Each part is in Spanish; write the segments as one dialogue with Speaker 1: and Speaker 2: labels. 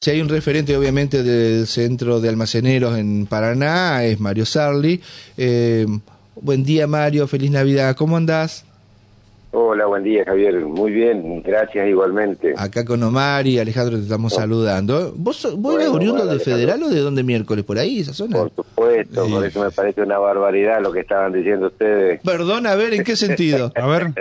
Speaker 1: Si hay un referente, obviamente, del centro de almaceneros en Paraná, es Mario Sarli. Eh, buen día, Mario. Feliz Navidad. ¿Cómo andás?
Speaker 2: Hola, buen día, Javier. Muy bien, gracias igualmente.
Speaker 1: Acá con Omar y Alejandro te estamos saludando. ¿Vos, sos- vos eras
Speaker 2: Bueno,
Speaker 1: oriundo
Speaker 2: bueno,
Speaker 1: de
Speaker 2: Alejandro.
Speaker 1: Federal o de dónde miércoles? ¿Por ahí, esa zona?
Speaker 2: Por supuesto, por eso me parece una barbaridad lo que estaban diciendo ustedes.
Speaker 1: Perdón, a ver, ¿en qué sentido?
Speaker 3: A ver,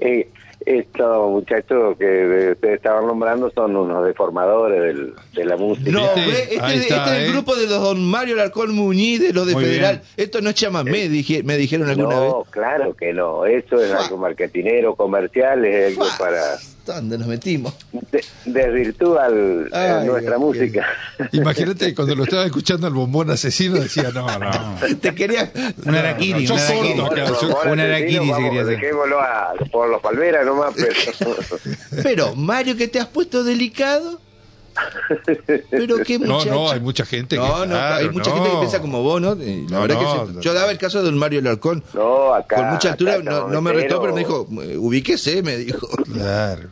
Speaker 2: Eh, estos muchachos que eh, ustedes estaban nombrando son unos deformadores del- de la música.
Speaker 1: No,
Speaker 3: ¿Viste?
Speaker 1: ve, este,
Speaker 3: Ahí
Speaker 1: este
Speaker 3: está,
Speaker 1: es el
Speaker 3: ¿eh?
Speaker 1: grupo de los don Mario Alarcón Muñiz, de los de
Speaker 3: Muy
Speaker 1: Federal.
Speaker 3: bien.
Speaker 1: Esto no es chamamé, dije, me dijeron alguna
Speaker 2: Eh, No, claro que no. Eso es
Speaker 1: Fua.
Speaker 2: algo marketinero, comercial, es algo
Speaker 1: vez.
Speaker 2: para...
Speaker 1: ¿Dónde nos metimos?
Speaker 2: de- desvirtúa al- a
Speaker 1: Ay,
Speaker 2: nuestra
Speaker 1: Dios
Speaker 2: música.
Speaker 3: imagínate cuando lo estaba escuchando al bombón asesino, decía, no, no.
Speaker 1: Te quería...
Speaker 4: Un araquiri,
Speaker 3: Yo
Speaker 4: un araquiri.
Speaker 3: corto acá, yo-
Speaker 4: Un araquiri se quería hacer.
Speaker 2: Dejémoslo a, por los palmeras nomás, pero...
Speaker 1: Pero, Mario, que te has puesto delicado. Pero qué
Speaker 3: No,
Speaker 1: muchacho.
Speaker 3: no, hay mucha gente que.
Speaker 1: No, no,
Speaker 3: claro,
Speaker 1: hay mucha gente que
Speaker 3: no.
Speaker 1: piensa como vos, ¿no? Y La
Speaker 3: No,
Speaker 1: verdad
Speaker 3: no.
Speaker 1: que sí. yo daba el caso de don Mario Alarcón.
Speaker 2: No, acá.
Speaker 1: Con mucha altura
Speaker 2: acá
Speaker 1: no,
Speaker 2: estamos
Speaker 1: no me retó,
Speaker 2: enteros.
Speaker 1: pero me dijo, "Eh, ubíquese, me dijo.
Speaker 3: Claro.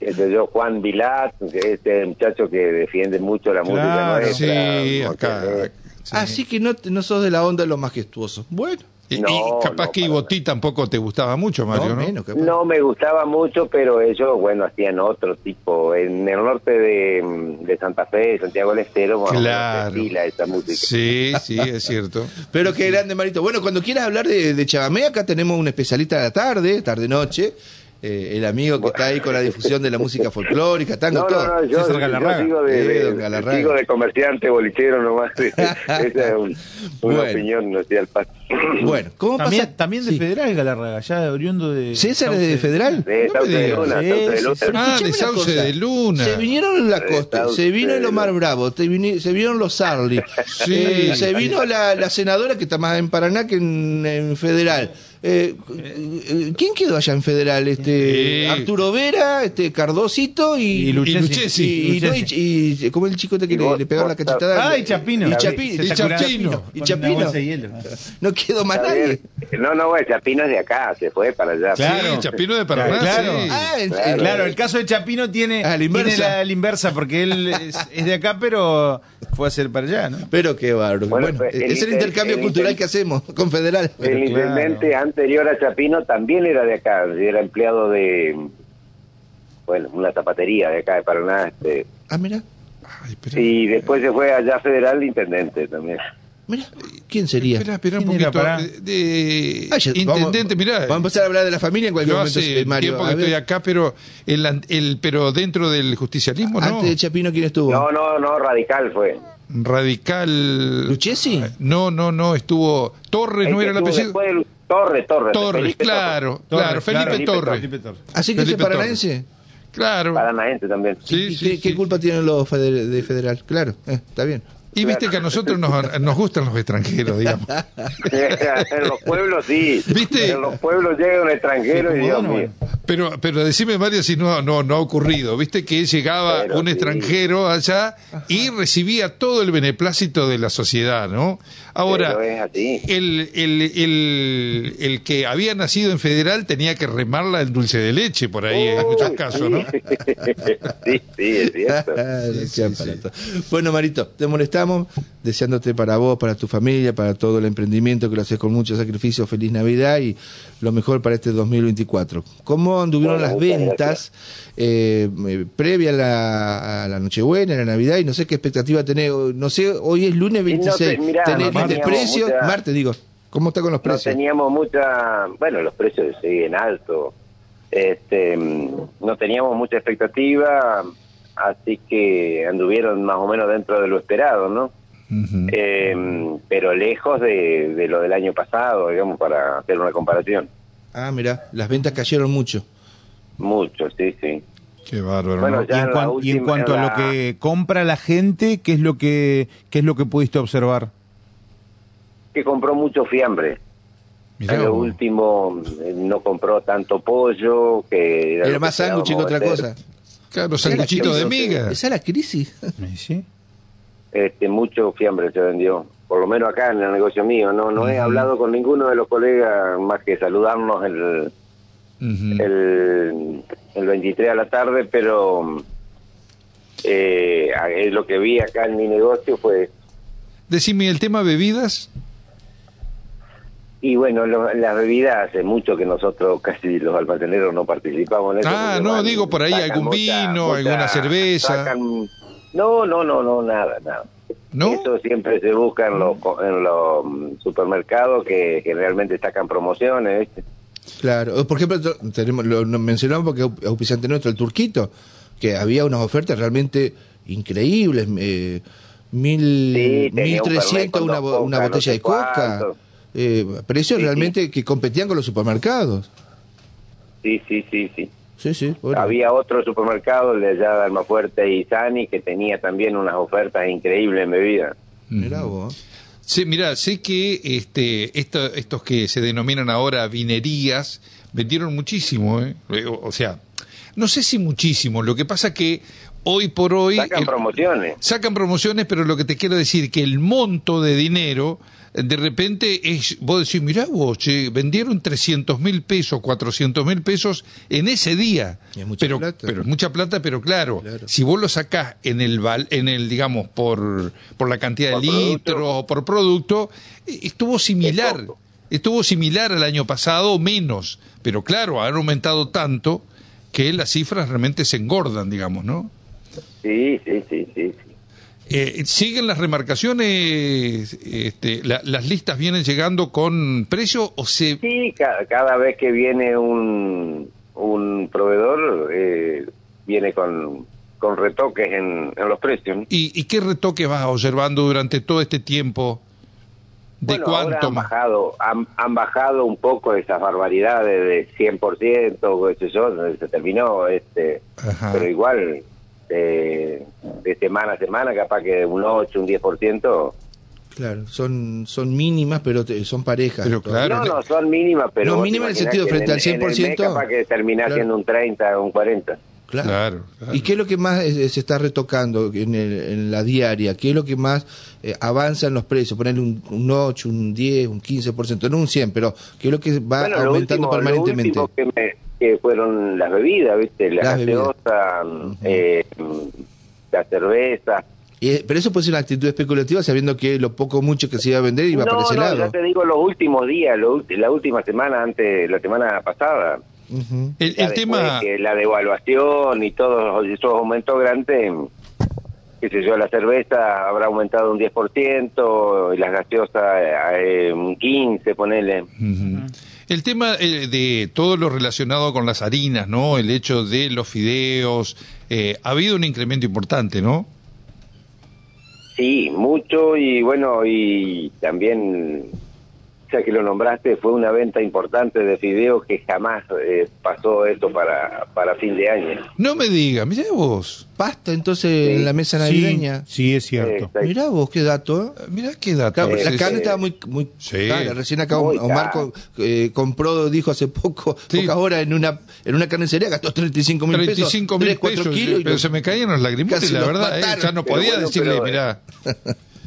Speaker 2: Qué sé yo, Juan Vilat, este muchacho que defiende mucho la música
Speaker 3: Claro,
Speaker 2: nuestra.
Speaker 3: sí,
Speaker 2: porque,
Speaker 3: acá.
Speaker 2: eh,
Speaker 3: sí.
Speaker 1: Así que no, no sos de la onda de los majestuosos. Bueno,
Speaker 3: Y, y
Speaker 2: No,
Speaker 3: capaz
Speaker 2: no,
Speaker 3: que
Speaker 2: para
Speaker 3: Ibotí tampoco te gustaba mucho,
Speaker 1: no,
Speaker 3: Mario, ¿no?
Speaker 1: menos, capaz.
Speaker 2: No me gustaba mucho, pero ellos, bueno, hacían otro tipo. En el norte de, mm, de Santa Fe, de Santiago del Estero, más o menos,
Speaker 3: Claro.
Speaker 2: se estila esa música.
Speaker 3: Sí, sí, es cierto.
Speaker 1: Pero qué grande, Marito. Bueno, cuando quieras hablar de, de Chabamé, acá tenemos un especialista de la tarde, tarde-noche. eh, el amigo que está ahí con la difusión de la música folclórrica, tango,
Speaker 2: No, no,
Speaker 1: todo.
Speaker 2: no, yo,
Speaker 4: César
Speaker 2: yo
Speaker 4: Galarraga.
Speaker 2: sigo, de,
Speaker 1: Eh,
Speaker 2: de-
Speaker 1: don Galarraga.
Speaker 2: sigo de comerciante, bolichero nomás. Esa es un- una
Speaker 1: Bueno.
Speaker 2: opinión, no sé, al paso.
Speaker 1: Bueno, ¿cómo
Speaker 4: También,
Speaker 1: pasa?
Speaker 4: también de
Speaker 1: Sí.
Speaker 4: Federal Galarraga, ya de oriundo de...
Speaker 1: ¿César es de
Speaker 4: Sauce.
Speaker 1: Federal?
Speaker 2: De
Speaker 1: No me
Speaker 2: Sauce de
Speaker 1: digas.
Speaker 2: Luna,
Speaker 4: Sí,
Speaker 2: Sauce de
Speaker 4: sí,
Speaker 2: Luna.
Speaker 4: sí.
Speaker 1: Pero
Speaker 3: Ah,
Speaker 1: escuchame
Speaker 3: de
Speaker 1: una
Speaker 3: Sauce
Speaker 1: cosa.
Speaker 3: de Luna.
Speaker 1: Se vinieron la
Speaker 2: De
Speaker 1: costa,
Speaker 2: Sauce
Speaker 1: se vino
Speaker 2: de
Speaker 1: el Omar
Speaker 2: Luna.
Speaker 1: Bravo, te vini- se vinieron los Sarli,
Speaker 3: Sí.
Speaker 1: eh, se vino la, la senadora que está más en Paraná que en, en Federal. Eh, eh, ¿Quién quedó allá en Federal? Este,
Speaker 3: Eh.
Speaker 1: Arturo Vera, este Cardosito y,
Speaker 4: Y Luchesi.
Speaker 3: Y Luchesi.
Speaker 1: y, no, y- y- ¿cómo el chico este que
Speaker 2: Y
Speaker 1: le,
Speaker 2: vos-
Speaker 1: le pegaron la
Speaker 2: vos-
Speaker 1: cachetada?
Speaker 4: Ah, y Chapino.
Speaker 1: Y Chapino.
Speaker 4: Se
Speaker 3: Y
Speaker 4: sacudió
Speaker 3: Chapino.
Speaker 1: Y
Speaker 4: con
Speaker 1: Chapino. Ah,
Speaker 4: una bolsa de hielo.
Speaker 1: No quedó más nadie.
Speaker 2: Javier, No, no, el Chapino es de acá, se fue para allá.
Speaker 3: Sí, Chapino de Paraná.
Speaker 4: Claro.
Speaker 3: sí.
Speaker 1: Ah, en-
Speaker 2: Claro.
Speaker 4: Eh, Claro, el caso de Chapino tiene,
Speaker 1: Ah, la inversa.
Speaker 4: tiene la, la inversa, porque él es, es de acá, pero fue a hacer para allá, ¿no?
Speaker 1: Pero qué bárbaro.
Speaker 2: Bueno,
Speaker 1: Bueno, e-,
Speaker 2: pues, el
Speaker 1: es el
Speaker 2: inter-
Speaker 1: intercambio
Speaker 2: el
Speaker 1: cultural
Speaker 2: inter-
Speaker 1: que hacemos con Federal.
Speaker 2: El intendente anterior a Chapino también era de acá, era empleado de, bueno, una zapatería de acá de Paraná. Este,
Speaker 1: Ah, mira,
Speaker 3: Ay, espera,
Speaker 2: y después se fue allá federal intendente también.
Speaker 1: mira, ¿quién sería?
Speaker 3: espera, espera un
Speaker 4: ¿Quién era,
Speaker 3: poquito.
Speaker 4: pará?
Speaker 3: eh, de-
Speaker 1: Ay, ya-
Speaker 3: intendente,
Speaker 1: vamos,
Speaker 3: mirá.
Speaker 1: Vamos a empezar a hablar de la familia en cualquier
Speaker 3: Yo
Speaker 1: momento,
Speaker 3: hace
Speaker 1: eh, Mario.
Speaker 3: tiempo
Speaker 1: A
Speaker 3: que
Speaker 1: ver,
Speaker 3: estoy acá, pero el, an- el- pero dentro del justicialismo no.
Speaker 1: Antes de Chapino, ¿quién estuvo?
Speaker 2: No, no, no, radical fue.
Speaker 3: Radical.
Speaker 1: ¿Luchesi?
Speaker 3: No, no, no, estuvo Torres, Pues no
Speaker 2: Este
Speaker 3: era el
Speaker 2: estuvo
Speaker 3: apellido.
Speaker 2: después del- Torres, Torres. de
Speaker 3: Torres,
Speaker 2: Felipe
Speaker 3: claro,
Speaker 2: Torres.
Speaker 3: claro,
Speaker 4: Torres,
Speaker 3: Felipe
Speaker 2: Felipe
Speaker 3: Torres.
Speaker 4: Felipe Torres.
Speaker 1: Así que
Speaker 3: Felipe
Speaker 1: ese paranaense.
Speaker 3: Claro.
Speaker 2: Paranaense también.
Speaker 3: Sí,
Speaker 1: ¿Y
Speaker 3: sí,
Speaker 1: ¿Qué,
Speaker 3: sí.
Speaker 1: qué culpa tienen los feder- de Federal? Claro, eh, está bien.
Speaker 3: Y viste que a nosotros nos, nos gustan los extranjeros, digamos.
Speaker 2: en los pueblos sí.
Speaker 3: ¿Viste?
Speaker 2: En los pueblos llega un extranjero y
Speaker 4: Sí,
Speaker 2: Dios
Speaker 4: como
Speaker 2: mío.
Speaker 4: bueno,
Speaker 3: Pero, pero decime, Mario, si no, no, no ha ocurrido. Viste que llegaba
Speaker 2: Pero
Speaker 3: un
Speaker 2: sí.
Speaker 3: extranjero allá y recibía todo el beneplácito de la sociedad, ¿no? Ahora,
Speaker 2: Pero es así.
Speaker 3: el, el, el, el que había nacido en Federal tenía que remarla en dulce de leche, por ahí, en
Speaker 2: Uy,
Speaker 3: muchos casos, ¿no?
Speaker 2: sí. sí, sí, es cierto.
Speaker 1: Sí, sí, sí. Bueno, Marito, te molestamos, deseándote para vos, para tu familia, para todo el emprendimiento que lo haces con mucho sacrificio, feliz Navidad y lo mejor para este 2024. ¿Cómo anduvieron
Speaker 2: Bueno,
Speaker 1: las
Speaker 2: muchas
Speaker 1: ventas eh, eh, previa a la, a la Nochebuena, a la Navidad? Y no sé qué expectativa tenés, o- no sé, hoy es lunes
Speaker 2: Y no te-
Speaker 1: 26,
Speaker 2: mirá,
Speaker 1: ¿tenés
Speaker 2: no
Speaker 1: lista el
Speaker 2: teníamos
Speaker 1: precio?
Speaker 2: mucha-
Speaker 1: Martes, digo, ¿cómo está con los
Speaker 2: no
Speaker 1: precios?
Speaker 2: teníamos mucha bueno los precios siguen altos este mm, no teníamos mucha expectativa así que anduvieron más o menos dentro de lo esperado no Eh, pero lejos de, de lo del año pasado digamos para hacer una comparación
Speaker 1: Ah, mira, las ventas cayeron mucho.
Speaker 2: mucho sí sí
Speaker 3: Qué bárbaro,
Speaker 2: Bueno,
Speaker 3: ¿no?
Speaker 4: Y en,
Speaker 2: la
Speaker 4: cuan- y en
Speaker 2: última-
Speaker 4: cuanto a
Speaker 2: la-
Speaker 4: lo que compra la gente, ¿qué es lo que, qué es lo que pudiste observar?
Speaker 2: que compró mucho fiambre
Speaker 3: Mirá
Speaker 2: lo
Speaker 3: vos.
Speaker 2: último eh, no compró tanto pollo que
Speaker 1: Era
Speaker 2: lo
Speaker 1: más
Speaker 2: que
Speaker 1: sándwich que
Speaker 2: esperábamos
Speaker 1: otra
Speaker 2: vender.
Speaker 1: cosa.
Speaker 3: Claro, sanguchito de miga.
Speaker 1: Esa es la crisis.
Speaker 4: ¿Sí?
Speaker 2: este, mucho fiambre se vendió, por lo menos acá en el negocio mío. No, no he hablado con ninguno de los colegas más que saludarnos el,
Speaker 3: Ujú.
Speaker 2: el, el 23 a la tarde, pero Eh, a- eh, lo que vi acá en mi negocio fue
Speaker 3: Decime, el tema bebidas,
Speaker 2: Y bueno, lo- las bebidas, hace mucho que nosotros, casi los almaceneros, no participamos en eso.
Speaker 3: Ah,
Speaker 2: porque
Speaker 3: no, digo, por ahí
Speaker 2: sacan
Speaker 3: algún vino, alguna cerveza.
Speaker 2: sacan- No, no, no, no, nada, nada.
Speaker 3: ¿no?
Speaker 2: Eso siempre se busca en los, co- en los mm, supermercados que, que realmente sacan promociones, ¿viste?
Speaker 1: Claro, O, por ejemplo, to- tenemos, lo lo mencionamos porque es auspiciante nuestro, el Turquito, que había unas ofertas realmente increíbles, eh, mil,
Speaker 2: Sí,
Speaker 1: mil
Speaker 2: tenía un Fernet
Speaker 1: trescientos,
Speaker 2: con
Speaker 1: una,
Speaker 2: dos
Speaker 1: bo- una
Speaker 2: cocas, no
Speaker 1: botella
Speaker 2: sé
Speaker 1: de coca,
Speaker 2: cuánto.
Speaker 1: eh, precios
Speaker 2: Sí, sí.
Speaker 1: realmente que competían con los supermercados.
Speaker 2: Sí, sí, sí, sí.
Speaker 1: Sí, sí, bueno.
Speaker 2: Había otro supermercado, el de allá de Almafuerte y Sani, que tenía también unas ofertas increíbles en bebidas.
Speaker 1: Mirá
Speaker 3: Mm.
Speaker 1: vos.
Speaker 3: Sí, mira, sé que este, esto- estos que se denominan ahora vinerías vendieron muchísimo, ¿eh? O- O sea, no sé si muchísimo, lo que pasa que hoy por hoy...
Speaker 2: Sacan
Speaker 3: el-
Speaker 2: promociones.
Speaker 3: Sacan promociones, pero lo que te quiero decir que el monto de dinero, eh, de repente, es, vos decís, mirá vos, che, vendieron 300 mil pesos, 400 mil pesos en ese día.
Speaker 1: Y es mucha
Speaker 3: pero,
Speaker 1: plata.
Speaker 3: pero es mucha plata, pero claro,
Speaker 1: Claro.
Speaker 3: si vos lo sacás en el, val- en el digamos, por, por la cantidad
Speaker 2: Por
Speaker 3: de litros
Speaker 2: producto.
Speaker 3: o por producto, eh, estuvo similar.
Speaker 2: Es poco.
Speaker 3: Estuvo similar al año pasado, o menos. Pero claro, han aumentado tanto que las cifras realmente se engordan, digamos, ¿no?
Speaker 2: Sí, sí, sí, sí. sí.
Speaker 3: Eh, ¿Siguen las remarcaciones? Este, la- ¿Las listas vienen llegando con precio o se...?
Speaker 2: Sí, ca- cada, vez que viene un, un proveedor, eh, viene con, con retoques en, en los precios. ¿no?
Speaker 3: ¿Y, y qué retoque vas observando durante todo este tiempo? ¿De
Speaker 2: Bueno, ahora
Speaker 3: cuánto
Speaker 2: han
Speaker 3: más?
Speaker 2: bajado, han, han bajado un poco esas barbaridades de 100%, o qué sé yo, se terminó, este,
Speaker 3: Ajá.
Speaker 2: pero igual, eh, de semana a semana, capaz que un 8, un 10%.
Speaker 1: Claro, son, son mínimas, pero te- son parejas.
Speaker 3: Pero claro.
Speaker 2: No, no, son mínimas, pero...
Speaker 1: No,
Speaker 2: vos te
Speaker 1: mínima en el
Speaker 2: imaginás
Speaker 1: sentido,
Speaker 2: que
Speaker 1: frente al
Speaker 2: en el mes
Speaker 1: 100%,
Speaker 2: capaz que termina
Speaker 1: claro.
Speaker 2: siendo un 30, un 40.
Speaker 1: Claro.
Speaker 3: Claro, claro.
Speaker 1: ¿Y qué es lo que más eh, se está retocando en, el- en la diaria? ¿Qué es lo que más eh, avanza en los precios? Ponerle un, un 8, un 10, un 15%, no un 100, pero ¿qué es lo que va
Speaker 2: Bueno, lo
Speaker 1: aumentando
Speaker 2: último-
Speaker 1: permanentemente?
Speaker 2: Lo último que, me- que fueron las bebidas, ¿viste? La
Speaker 1: Las bebidas.
Speaker 2: gaseosa, eh, la cerveza.
Speaker 1: Y, eh, pero eso puede ser una actitud especulativa sabiendo que lo poco o mucho que se iba a vender iba
Speaker 2: no,
Speaker 1: para ese
Speaker 2: no,
Speaker 1: lado.
Speaker 2: yo te digo los últimos días, lo ulti- la última semana, antes, la semana pasada.
Speaker 1: Ujú.
Speaker 3: El,
Speaker 2: Ya
Speaker 3: el
Speaker 2: después
Speaker 3: tema...
Speaker 2: que la devaluación y todos esos aumentos grandes, qué sé yo, la cerveza habrá aumentado un 10%, y las gaseosas eh, un 15%, ponele.
Speaker 3: Ujú. El tema eh, de todo lo relacionado con las harinas, ¿no? El hecho de los fideos, eh, ha habido un incremento importante, ¿no?
Speaker 2: Sí, mucho y bueno, y también, ya que lo nombraste, fue una venta importante de fideos que jamás eh, pasó esto para, para fin de año.
Speaker 3: No me digas, mirá vos,
Speaker 1: Pasta entonces en la mesa navideña.
Speaker 4: Sí, sí, es cierto.
Speaker 2: Exacto.
Speaker 1: Mirá vos, qué dato. ¿eh?
Speaker 3: mirá qué dato.
Speaker 1: Claro, porque
Speaker 2: Sí,
Speaker 1: la
Speaker 2: sí,
Speaker 1: carne
Speaker 2: sí.
Speaker 1: estaba muy, muy
Speaker 3: Sí.
Speaker 1: cara. Recién acá
Speaker 2: Muy
Speaker 1: Omar
Speaker 2: cara.
Speaker 1: co- eh, compró, dijo hace poco,
Speaker 3: Sí.
Speaker 1: pocas horas en una, en una carnicería, gastó 35 mil pesos.
Speaker 3: 35 mil
Speaker 1: tres, cuatro
Speaker 3: pesos,
Speaker 1: kilos. y
Speaker 3: pero
Speaker 1: lo-
Speaker 3: se me caían los lagrimones,
Speaker 1: Casi
Speaker 3: la
Speaker 1: los
Speaker 3: verdad, eh,
Speaker 1: mataron.
Speaker 3: ya no
Speaker 2: Pero
Speaker 3: podía
Speaker 2: bueno,
Speaker 3: decirle,
Speaker 2: pero, eh,
Speaker 3: mirá,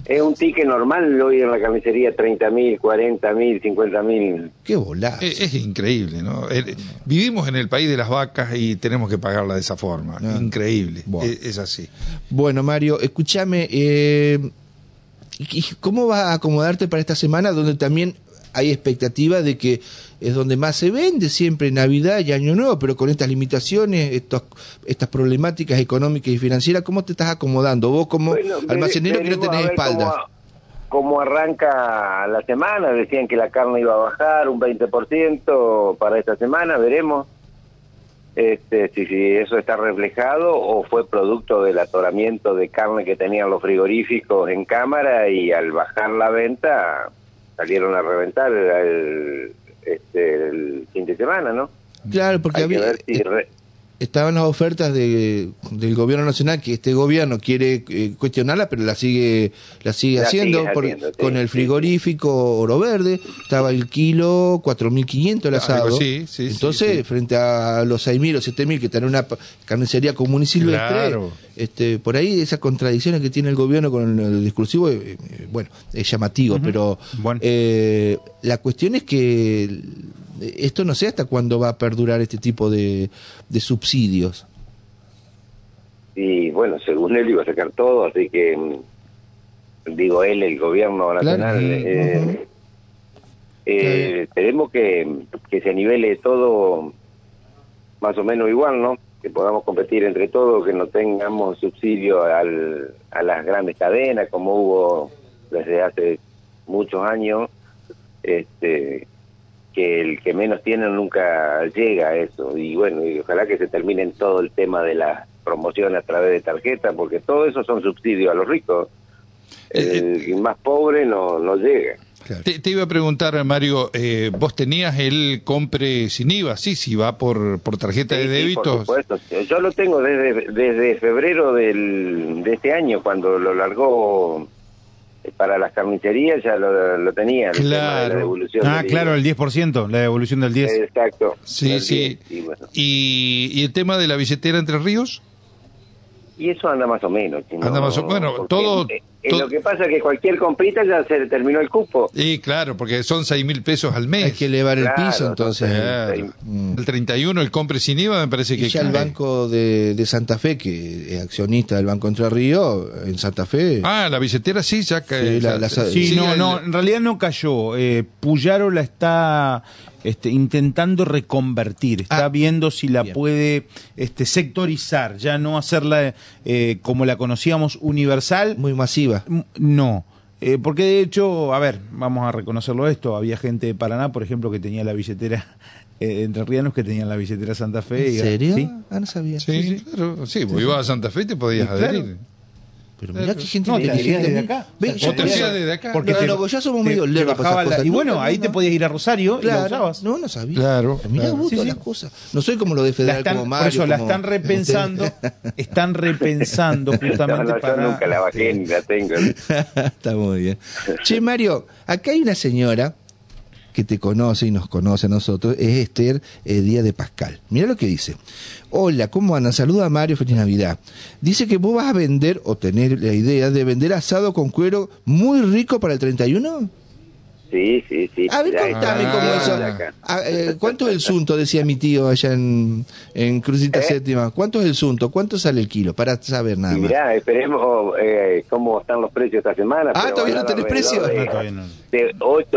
Speaker 2: Es un ticket normal hoy en la carnicería, 30 mil, 40 mil, 50 mil.
Speaker 1: Qué volada.
Speaker 3: eh, es increíble, ¿no? Eh, Vivimos en el país de las vacas y tenemos que pagarla de esa forma,
Speaker 1: Ah.
Speaker 3: increíble,
Speaker 1: Bueno.
Speaker 3: Eh, es así.
Speaker 1: Bueno, Mario, escúchame, eh, ¿y- y ¿cómo vas a acomodarte para esta semana donde también hay expectativa de que es donde más se vende siempre Navidad y Año Nuevo, pero con estas limitaciones, estos, estas problemáticas económicas y financieras, ¿cómo te estás acomodando vos como
Speaker 2: Bueno, vere-
Speaker 1: almacenero que no
Speaker 2: veremos a
Speaker 1: tenés
Speaker 2: ver
Speaker 1: espaldas?
Speaker 2: Cómo, cómo arranca la semana, decían que la carne iba a bajar un 20% para esta semana, veremos este, si, si eso está reflejado o fue producto del atoramiento de carne que tenían los frigoríficos en cámara y al bajar la venta salieron a reventar el, este, el fin de semana, ¿no?
Speaker 1: Claro, porque
Speaker 2: Hay que
Speaker 1: había, eh,
Speaker 2: ver si re-
Speaker 1: estaban las ofertas de, del gobierno nacional que este gobierno quiere eh, cuestionarla pero la sigue la sigue
Speaker 2: La
Speaker 1: haciendo
Speaker 2: sigue
Speaker 1: por-
Speaker 2: haciendo, sí,
Speaker 1: con el
Speaker 2: sí.
Speaker 1: frigorífico oro verde estaba el kilo 4.500 el
Speaker 3: Algo
Speaker 1: asado
Speaker 3: así, sí, sí,
Speaker 1: entonces
Speaker 3: sí.
Speaker 1: frente a los 6.000 o 7.000 que están en una pa- carnicería común y silvestre
Speaker 3: Claro.
Speaker 1: este, por ahí esas contradicciones que tiene el gobierno con el discursivo eh, eh, bueno es llamativo pero
Speaker 4: Bueno.
Speaker 1: eh, la cuestión es que el- esto no sé hasta cuándo va a perdurar este tipo de, de subsidios.
Speaker 2: y bueno, según él iba a sacar todo, así que mm, digo él, el gobierno
Speaker 1: Claro.
Speaker 2: nacional, eh,
Speaker 1: Ujú.
Speaker 2: eh,
Speaker 1: Claro.
Speaker 2: esperemos que, que se nivele todo más o menos igual, ¿no? Que podamos competir entre todos, que no tengamos subsidio al, a las grandes cadenas como hubo desde hace muchos años, este que el que menos tiene nunca llega a eso. Y bueno, y ojalá que se termine en todo el tema de la promoción a través de tarjeta, porque todo eso son subsidios a los ricos.
Speaker 3: Eh,
Speaker 2: El más pobre no, no llega.
Speaker 1: Claro.
Speaker 3: Te, te iba a preguntar, Mario, eh, ¿vos tenías el compre sin IVA? Sí, sí, va por, por tarjeta
Speaker 2: Sí,
Speaker 3: de
Speaker 2: sí,
Speaker 3: débito.
Speaker 2: por supuesto. Yo lo tengo desde, desde febrero del, de este año, cuando lo largó eh, para las carnicerías, ya lo, lo tenía. el tema de la
Speaker 3: Claro.
Speaker 2: devolución
Speaker 4: Ah,
Speaker 2: del Eh,
Speaker 4: claro,
Speaker 2: IVA.
Speaker 4: el 10%, la devolución del 10.
Speaker 2: Exacto.
Speaker 3: Sí,
Speaker 2: Del
Speaker 3: sí.
Speaker 2: 10, y bueno.
Speaker 3: ¿Y, y el tema de la billetera Entre Ríos?
Speaker 2: Y eso anda más o menos. si
Speaker 3: Anda más o- bueno,
Speaker 2: porque,
Speaker 3: todo-
Speaker 2: eh, eh,
Speaker 3: todo-
Speaker 2: Lo que pasa es que cualquier comprita ya se le terminó el cupo.
Speaker 3: Sí, claro, porque son seis mil pesos al mes.
Speaker 1: Hay que elevar el
Speaker 2: Claro,
Speaker 1: piso, entonces.
Speaker 3: Claro.
Speaker 1: Mm.
Speaker 3: El 31, el compre sin IVA, me parece que...
Speaker 1: Y ya el
Speaker 3: cae.
Speaker 1: banco de, de Santa Fe, que es accionista del Banco Entre Ríos, en Santa Fe.
Speaker 3: Ah, la billetera sí, ya cae.
Speaker 1: Sí, la- la-
Speaker 4: Sí,
Speaker 1: Sí,
Speaker 4: no,
Speaker 3: el-
Speaker 4: no, en realidad no cayó. Eh, Puyaro la está este, intentando reconvertir, está
Speaker 1: Ah.
Speaker 4: viendo si la
Speaker 1: Bien.
Speaker 4: puede este, sectorizar, ya no hacerla eh, como la conocíamos universal.
Speaker 1: Muy masiva.
Speaker 4: M- No. eh, porque de hecho, a ver, vamos a reconocerlo esto, había gente de Paraná, por ejemplo, que tenía la billetera, eh, entre rianos que tenían la billetera Santa Fe. y-
Speaker 1: ¿En serio?
Speaker 4: Sí.
Speaker 1: Ah, no sabía.
Speaker 3: Sí, claro, sí, vos ibas a Santa Fe y te podías
Speaker 4: Y claro.
Speaker 3: adherir.
Speaker 1: Pero mirá qué gente
Speaker 4: No, te hacías
Speaker 1: inteligente.
Speaker 4: desde acá.
Speaker 1: Ve,
Speaker 4: O
Speaker 1: yo
Speaker 4: te
Speaker 1: no-
Speaker 4: hacías
Speaker 3: desde acá.
Speaker 1: Porque
Speaker 4: te-
Speaker 1: no, ya somos
Speaker 4: te-
Speaker 1: medio
Speaker 4: te
Speaker 1: lerdos para
Speaker 4: bajaba
Speaker 1: esas
Speaker 4: la-
Speaker 1: cosas.
Speaker 4: Y bueno,
Speaker 1: No, no,
Speaker 4: ahí
Speaker 1: no.
Speaker 4: te podías ir a Rosario y la
Speaker 1: Claro.
Speaker 4: usabas.
Speaker 1: No, no sabía.
Speaker 3: Claro,
Speaker 1: Mirá
Speaker 3: claro.
Speaker 1: vos
Speaker 4: Sí,
Speaker 1: todas
Speaker 4: sí.
Speaker 1: las cosas. No soy como lo de
Speaker 4: La
Speaker 1: federal,
Speaker 4: están-
Speaker 1: como
Speaker 4: por
Speaker 1: Mario.
Speaker 4: eso la
Speaker 1: como-
Speaker 4: están repensando, están repensando
Speaker 2: No,
Speaker 4: justamente
Speaker 2: no, yo
Speaker 4: para...
Speaker 2: nunca la bajé ni la tengo.
Speaker 1: Ah, Está muy bien. Che, Mario, acá hay una señora que te conoce y nos conoce a nosotros, es Esther eh, Díaz de Pascal. Mira lo que dice. Hola, ¿cómo andan? Saluda a Mario, feliz Navidad. Dice que vos vas a vender o tener la idea de vender asado con cuero muy rico para el 31.
Speaker 2: Sí, sí, sí.
Speaker 1: A ver,
Speaker 2: ya
Speaker 1: contame
Speaker 2: está,
Speaker 1: cómo
Speaker 2: ya
Speaker 1: eso.
Speaker 2: está acá.
Speaker 1: Ah, eh, ¿Cuánto es el sunto? Decía mi tío allá en, en Crucita
Speaker 2: ¿Eh?
Speaker 1: Séptima. ¿Cuánto es el sunto? ¿Cuánto sale el kilo? Para saber nada
Speaker 2: Y
Speaker 1: más.
Speaker 2: mirá, esperemos eh, cómo están los precios esta semana.
Speaker 1: Ah,
Speaker 2: pero
Speaker 1: ¿todavía
Speaker 2: van
Speaker 1: no
Speaker 2: a
Speaker 1: tenés
Speaker 2: alrededor
Speaker 1: precio? Ah,
Speaker 2: De,
Speaker 4: No, todavía no.
Speaker 2: de 8,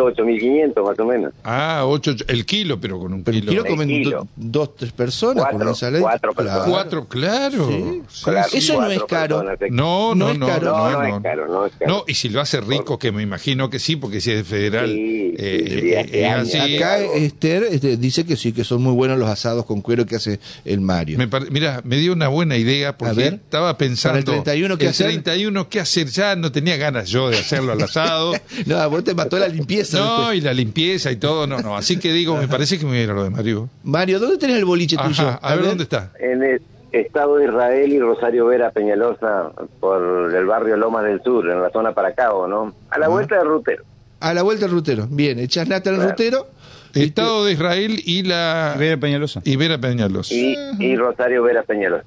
Speaker 2: 8.500 más o menos.
Speaker 3: Ah, ocho, ocho- el kilo, pero con un
Speaker 1: Pero el
Speaker 3: kilo.
Speaker 1: kilo
Speaker 2: El
Speaker 1: comen
Speaker 2: kilo.
Speaker 1: do- dos, tres personas
Speaker 2: Cuatro,
Speaker 1: por una ensalada.
Speaker 2: cuatro personas.
Speaker 3: Cuatro, claro.
Speaker 1: Sí.
Speaker 3: Sí,
Speaker 2: Claro,
Speaker 3: sí.
Speaker 1: Eso no
Speaker 2: cuatro
Speaker 1: es caro.
Speaker 2: personas, eh.
Speaker 3: No, no,
Speaker 1: No es
Speaker 3: no,
Speaker 1: caro.
Speaker 3: no,
Speaker 2: No, no
Speaker 3: no.
Speaker 2: es caro, no es caro.
Speaker 3: No, y si lo hace rico, que me imagino que sí, porque si es federal,
Speaker 2: Sí,
Speaker 3: eh,
Speaker 2: sí,
Speaker 3: eh,
Speaker 2: sí,
Speaker 3: eh,
Speaker 2: hace
Speaker 3: es
Speaker 2: años.
Speaker 3: así.
Speaker 1: Acá
Speaker 2: algo.
Speaker 1: Esther este, dice que sí, que son muy buenos los asados con cuero que hace el Mario.
Speaker 3: Me pare- Mirá, me dio una buena idea porque
Speaker 1: A ver.
Speaker 3: estaba pensando.
Speaker 1: Para el 31, ¿qué
Speaker 3: el
Speaker 1: hacer?
Speaker 3: 31, ¿qué hacer? Ya no tenía ganas yo de hacerlo al asado.
Speaker 1: No, vos te mató la limpieza.
Speaker 3: no,
Speaker 1: después.
Speaker 3: y la limpieza y todo, no, no. Así que digo, me parece que me voy a ir a lo de Mario.
Speaker 1: Mario, ¿dónde tenés el boliche tuyo?
Speaker 3: Ajá, a ver dónde está.
Speaker 2: En el estado de Israel y Rosario Vera Peñalosa, por el barrio Lomas del Sur, en la zona Paracabo, ¿no? A la vuelta de Rutero.
Speaker 1: A la vuelta del rutero. Bien, echás nata en el
Speaker 2: Claro.
Speaker 1: rutero.
Speaker 3: Estado de Israel y la.
Speaker 4: Rivera Peñalosa.
Speaker 3: Ibera Peñalos.
Speaker 2: Y, y Rosario Vera Peñalosa.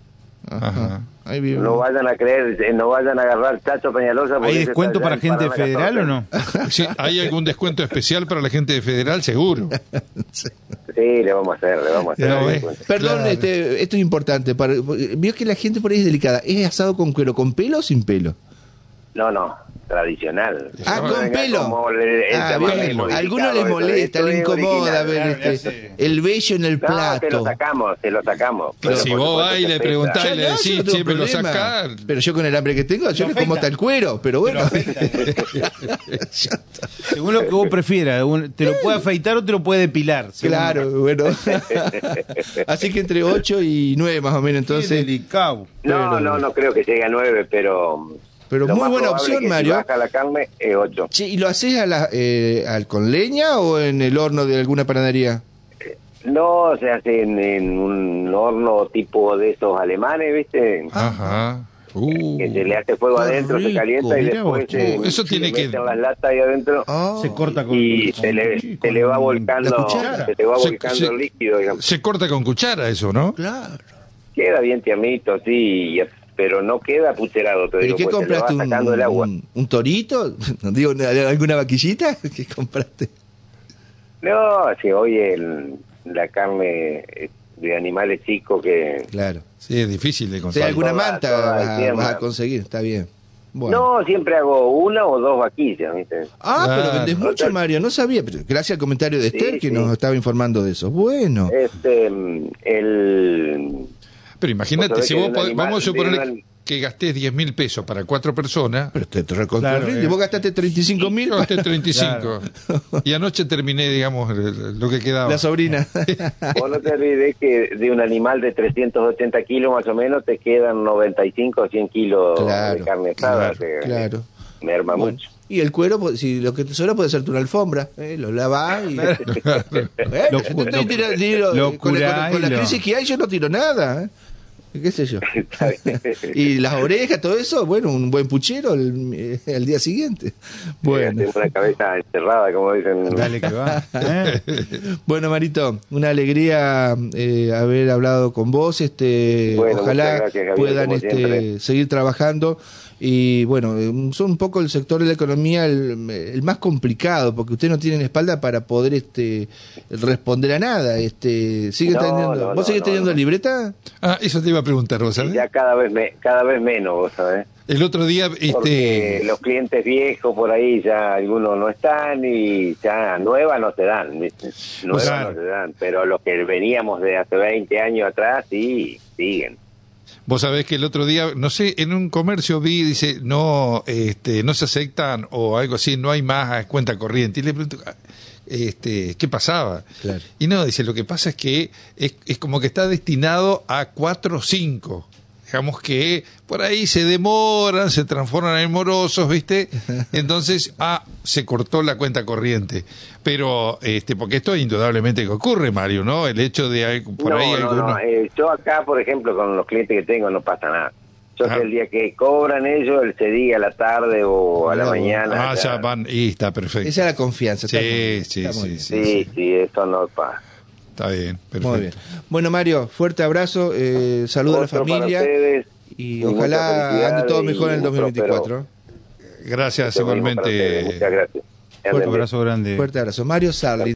Speaker 1: Ajá.
Speaker 3: Ajá.
Speaker 1: Ahí vive.
Speaker 2: No vayan a creer, eh, no vayan a agarrar Chacho Peñalosa. porque
Speaker 4: ¿Hay
Speaker 2: ese
Speaker 4: descuento
Speaker 2: está
Speaker 4: para
Speaker 2: allá en
Speaker 4: gente
Speaker 2: Paraná
Speaker 4: federal
Speaker 2: 14.
Speaker 4: o no?
Speaker 3: Sí, ¿Hay algún descuento especial para la gente de Federal? Seguro.
Speaker 2: Sí, le vamos a hacer, le vamos a hacer.
Speaker 3: No, eh.
Speaker 2: descuento.
Speaker 1: Perdón,
Speaker 3: Claro.
Speaker 1: este, esto es importante. Para, vio que la gente por ahí es delicada. ¿Es asado con cuero, con pelo o sin pelo?
Speaker 2: No, no, tradicional.
Speaker 1: Ah,
Speaker 2: No
Speaker 1: con
Speaker 2: venga
Speaker 1: pelo.
Speaker 2: como le- el
Speaker 1: Ah,
Speaker 2: tamaño
Speaker 1: bien.
Speaker 2: modificado,
Speaker 1: Algunos les
Speaker 2: eso,
Speaker 1: molesta,
Speaker 2: esto
Speaker 1: le
Speaker 2: es
Speaker 1: incomoda
Speaker 2: original.
Speaker 1: ver
Speaker 4: claro,
Speaker 1: este, el vello en el
Speaker 2: No, te lo
Speaker 1: plato.
Speaker 2: sacamos, te lo sacamos. Pero
Speaker 3: si
Speaker 2: por
Speaker 3: vos
Speaker 2: supuesto
Speaker 3: vas
Speaker 2: que
Speaker 3: y le
Speaker 2: afecta.
Speaker 3: preguntás y
Speaker 1: Ya,
Speaker 3: le
Speaker 1: no, yo
Speaker 3: decís,
Speaker 1: no tengo
Speaker 3: che, me lo
Speaker 1: problema.
Speaker 3: sacás.
Speaker 1: Pero yo con el hambre que tengo, yo
Speaker 4: Lo
Speaker 1: le como
Speaker 4: afecta.
Speaker 1: tal cuero, pero bueno.
Speaker 4: Según lo que vos prefieras, según- te lo puede afeitar o te lo puede depilar. según-
Speaker 1: claro, bueno. Así que entre 8 y 9 más o menos,
Speaker 4: Qué
Speaker 1: entonces.
Speaker 4: delicado.
Speaker 1: Pero-
Speaker 2: No, no, no creo que llegue a nueve, pero.
Speaker 1: Pero
Speaker 2: lo
Speaker 1: muy
Speaker 2: más
Speaker 1: buena
Speaker 2: probable
Speaker 1: opción,
Speaker 2: que si
Speaker 1: Mario.
Speaker 2: baja la carne es ocho.
Speaker 1: Che, ¿y lo haces a la, eh, al- con leña o en el horno de alguna panadería?
Speaker 2: No, se hace en, en un horno tipo de esos alemanes,
Speaker 1: Ah,
Speaker 2: ¿viste?
Speaker 3: Ajá. Uh.
Speaker 2: Ah. que se le hace fuego
Speaker 1: qué
Speaker 2: adentro, se
Speaker 1: rico,
Speaker 2: calienta y
Speaker 4: mirá
Speaker 2: después
Speaker 4: vos,
Speaker 2: se,
Speaker 3: uh, eso
Speaker 2: se
Speaker 3: tiene
Speaker 2: le
Speaker 3: que-
Speaker 2: meten las latas ahí adentro
Speaker 1: Ah,
Speaker 4: Se corta con.
Speaker 2: y
Speaker 4: con-
Speaker 2: se le,
Speaker 4: sí,
Speaker 2: se le va
Speaker 4: con-
Speaker 2: volcando,
Speaker 1: cuchara.
Speaker 2: se te va
Speaker 3: Se-
Speaker 2: volcando
Speaker 3: se-
Speaker 2: el líquido, digamos.
Speaker 3: Se corta con cuchara eso, ¿no?
Speaker 1: Claro.
Speaker 2: Queda bien tiernito, sí, pero no queda pucherado, te
Speaker 1: ¿Pero
Speaker 2: digo,
Speaker 1: qué
Speaker 2: pues, se le va
Speaker 1: compraste? Un,
Speaker 2: sacando el agua.
Speaker 1: un- un torito? Digo, ¿Alguna vaquillita? ¿Qué compraste?
Speaker 2: No, si hoy el- la carne eh, de animales chicos que...
Speaker 1: Claro.
Speaker 3: Sí, es difícil de
Speaker 1: Si hay
Speaker 3: conseguir.
Speaker 1: alguna
Speaker 2: Toda-
Speaker 1: manta
Speaker 2: toda
Speaker 1: vas, a-
Speaker 2: siembra.
Speaker 1: vas a conseguir, está bien. Bueno.
Speaker 2: No, siempre hago una o dos vaquillas, ¿viste?
Speaker 1: Ah, pero
Speaker 3: Claro.
Speaker 1: vendés mucho, Mario, no sabía. Pero gracias al comentario de
Speaker 2: Sí,
Speaker 1: Esther que
Speaker 2: sí.
Speaker 1: nos estaba informando de eso. Bueno.
Speaker 2: Este, mm, el... Vos
Speaker 3: Pero imagínate,
Speaker 2: sabés
Speaker 3: si
Speaker 2: que
Speaker 3: vos
Speaker 2: un
Speaker 3: pod-
Speaker 2: animal-
Speaker 3: vamos a
Speaker 2: de un
Speaker 3: suponer
Speaker 2: animal-
Speaker 3: que gastés 10 mil pesos para cuatro personas,
Speaker 1: Pero te, te recontra
Speaker 4: Claro,
Speaker 1: horrible.
Speaker 4: eh. este-
Speaker 1: Vos gastaste 35 mil.
Speaker 3: yo gasté 35. Y anoche terminé, digamos, el- el- lo que quedaba.
Speaker 1: La sobrina.
Speaker 2: Vos no te olvides que de un animal de 380 kilos más o menos te quedan 95 o 100 kilos
Speaker 1: Claro,
Speaker 2: de carne asada.
Speaker 3: claro,
Speaker 2: te-
Speaker 1: claro.
Speaker 2: Merma
Speaker 1: Bueno,
Speaker 2: mucho.
Speaker 1: Y el cuero, pues, si lo que te sobra puede ser tu alfombra, ¿eh? lo lavás y... Bueno,
Speaker 4: Lo
Speaker 1: yo
Speaker 4: cu-
Speaker 1: estoy
Speaker 4: lo-
Speaker 1: tirando- tiro-
Speaker 4: lo
Speaker 1: con, la, con-
Speaker 4: curás
Speaker 1: con la
Speaker 4: y lo-
Speaker 1: crisis que hay yo no tiro nada, ¿eh? qué sé yo. y las orejas, todo eso, bueno, un buen puchero el, el día siguiente. Bueno,
Speaker 2: Tengo una cabeza encerrada, como dicen.
Speaker 4: Dale que va. ¿eh?
Speaker 1: bueno Marito, una alegría eh, haber hablado con vos. Este,
Speaker 2: Bueno,
Speaker 1: ojalá
Speaker 2: muchas gracias, Javier,
Speaker 1: puedan
Speaker 2: como
Speaker 1: este,
Speaker 2: siempre.
Speaker 1: seguir trabajando. Y bueno, eh, son un poco el sector de la economía el, el más complicado, porque ustedes no tienen espalda para poder este responder a nada. Este, siguen
Speaker 2: No,
Speaker 1: teniendo,
Speaker 2: no,
Speaker 1: ¿Vos
Speaker 2: no,
Speaker 1: seguís
Speaker 2: no,
Speaker 1: teniendo
Speaker 2: no.
Speaker 1: libreta?
Speaker 3: Ah, eso te iba a preguntar,
Speaker 2: Y
Speaker 3: vos sabés.
Speaker 2: Ya cada vez me, cada vez menos, vos sabés.
Speaker 3: El otro día,
Speaker 2: Porque
Speaker 3: este,
Speaker 2: los clientes viejos por ahí ya algunos no están y ya nuevas no se dan, ¿viste?
Speaker 1: Pues
Speaker 2: Nuevas
Speaker 4: sea-
Speaker 2: no se dan, pero los que veníamos de hace 20 años atrás sí siguen.
Speaker 3: vos sabés que el otro día, no sé, en un comercio vi, dice, no, este, no se aceptan o algo así, no hay más a cuenta corriente. Y le pregunto, ah, este, ¿qué pasaba?
Speaker 1: Claro.
Speaker 3: Y no, dice, lo que pasa es que es, es como que está destinado a cuatro o cinco. Digamos que por ahí se demoran, se transforman en morosos, ¿viste? Entonces, ah, se cortó la cuenta corriente. Pero, este, porque esto indudablemente que ocurre, Mario, ¿no? El hecho de al- por
Speaker 2: no,
Speaker 3: ahí
Speaker 2: no,
Speaker 3: algunos.
Speaker 2: no. eh, yo acá, por ejemplo, con los clientes que tengo no pasa nada. Yo
Speaker 3: Ah.
Speaker 2: sé el día que cobran ellos, el CD a la tarde o a la
Speaker 1: Ah,
Speaker 2: mañana.
Speaker 3: Ah, ya van. Y está perfecto.
Speaker 1: Esa es la confianza.
Speaker 3: Sí,
Speaker 1: está muy bien,
Speaker 3: sí,
Speaker 1: está muy
Speaker 3: sí,
Speaker 1: bien.
Speaker 3: sí.
Speaker 2: Sí, sí, eso no pasa.
Speaker 3: Está bien, perfecto.
Speaker 1: Muy bien. Bueno, Mario, fuerte abrazo, eh, saludo a
Speaker 2: Otro
Speaker 1: la
Speaker 2: para
Speaker 1: familia
Speaker 2: ustedes,
Speaker 1: y
Speaker 2: y mucha
Speaker 1: ojalá
Speaker 2: felicidad
Speaker 1: ande todo
Speaker 2: y
Speaker 1: mejor en el
Speaker 2: un próspero
Speaker 1: 2024.
Speaker 3: Gracias,
Speaker 2: domingo para ustedes.
Speaker 3: igualmente.
Speaker 2: Muchas gracias.
Speaker 4: Un
Speaker 2: Anden bien.
Speaker 4: abrazo grande.
Speaker 1: Fuerte abrazo. Mario Sarli.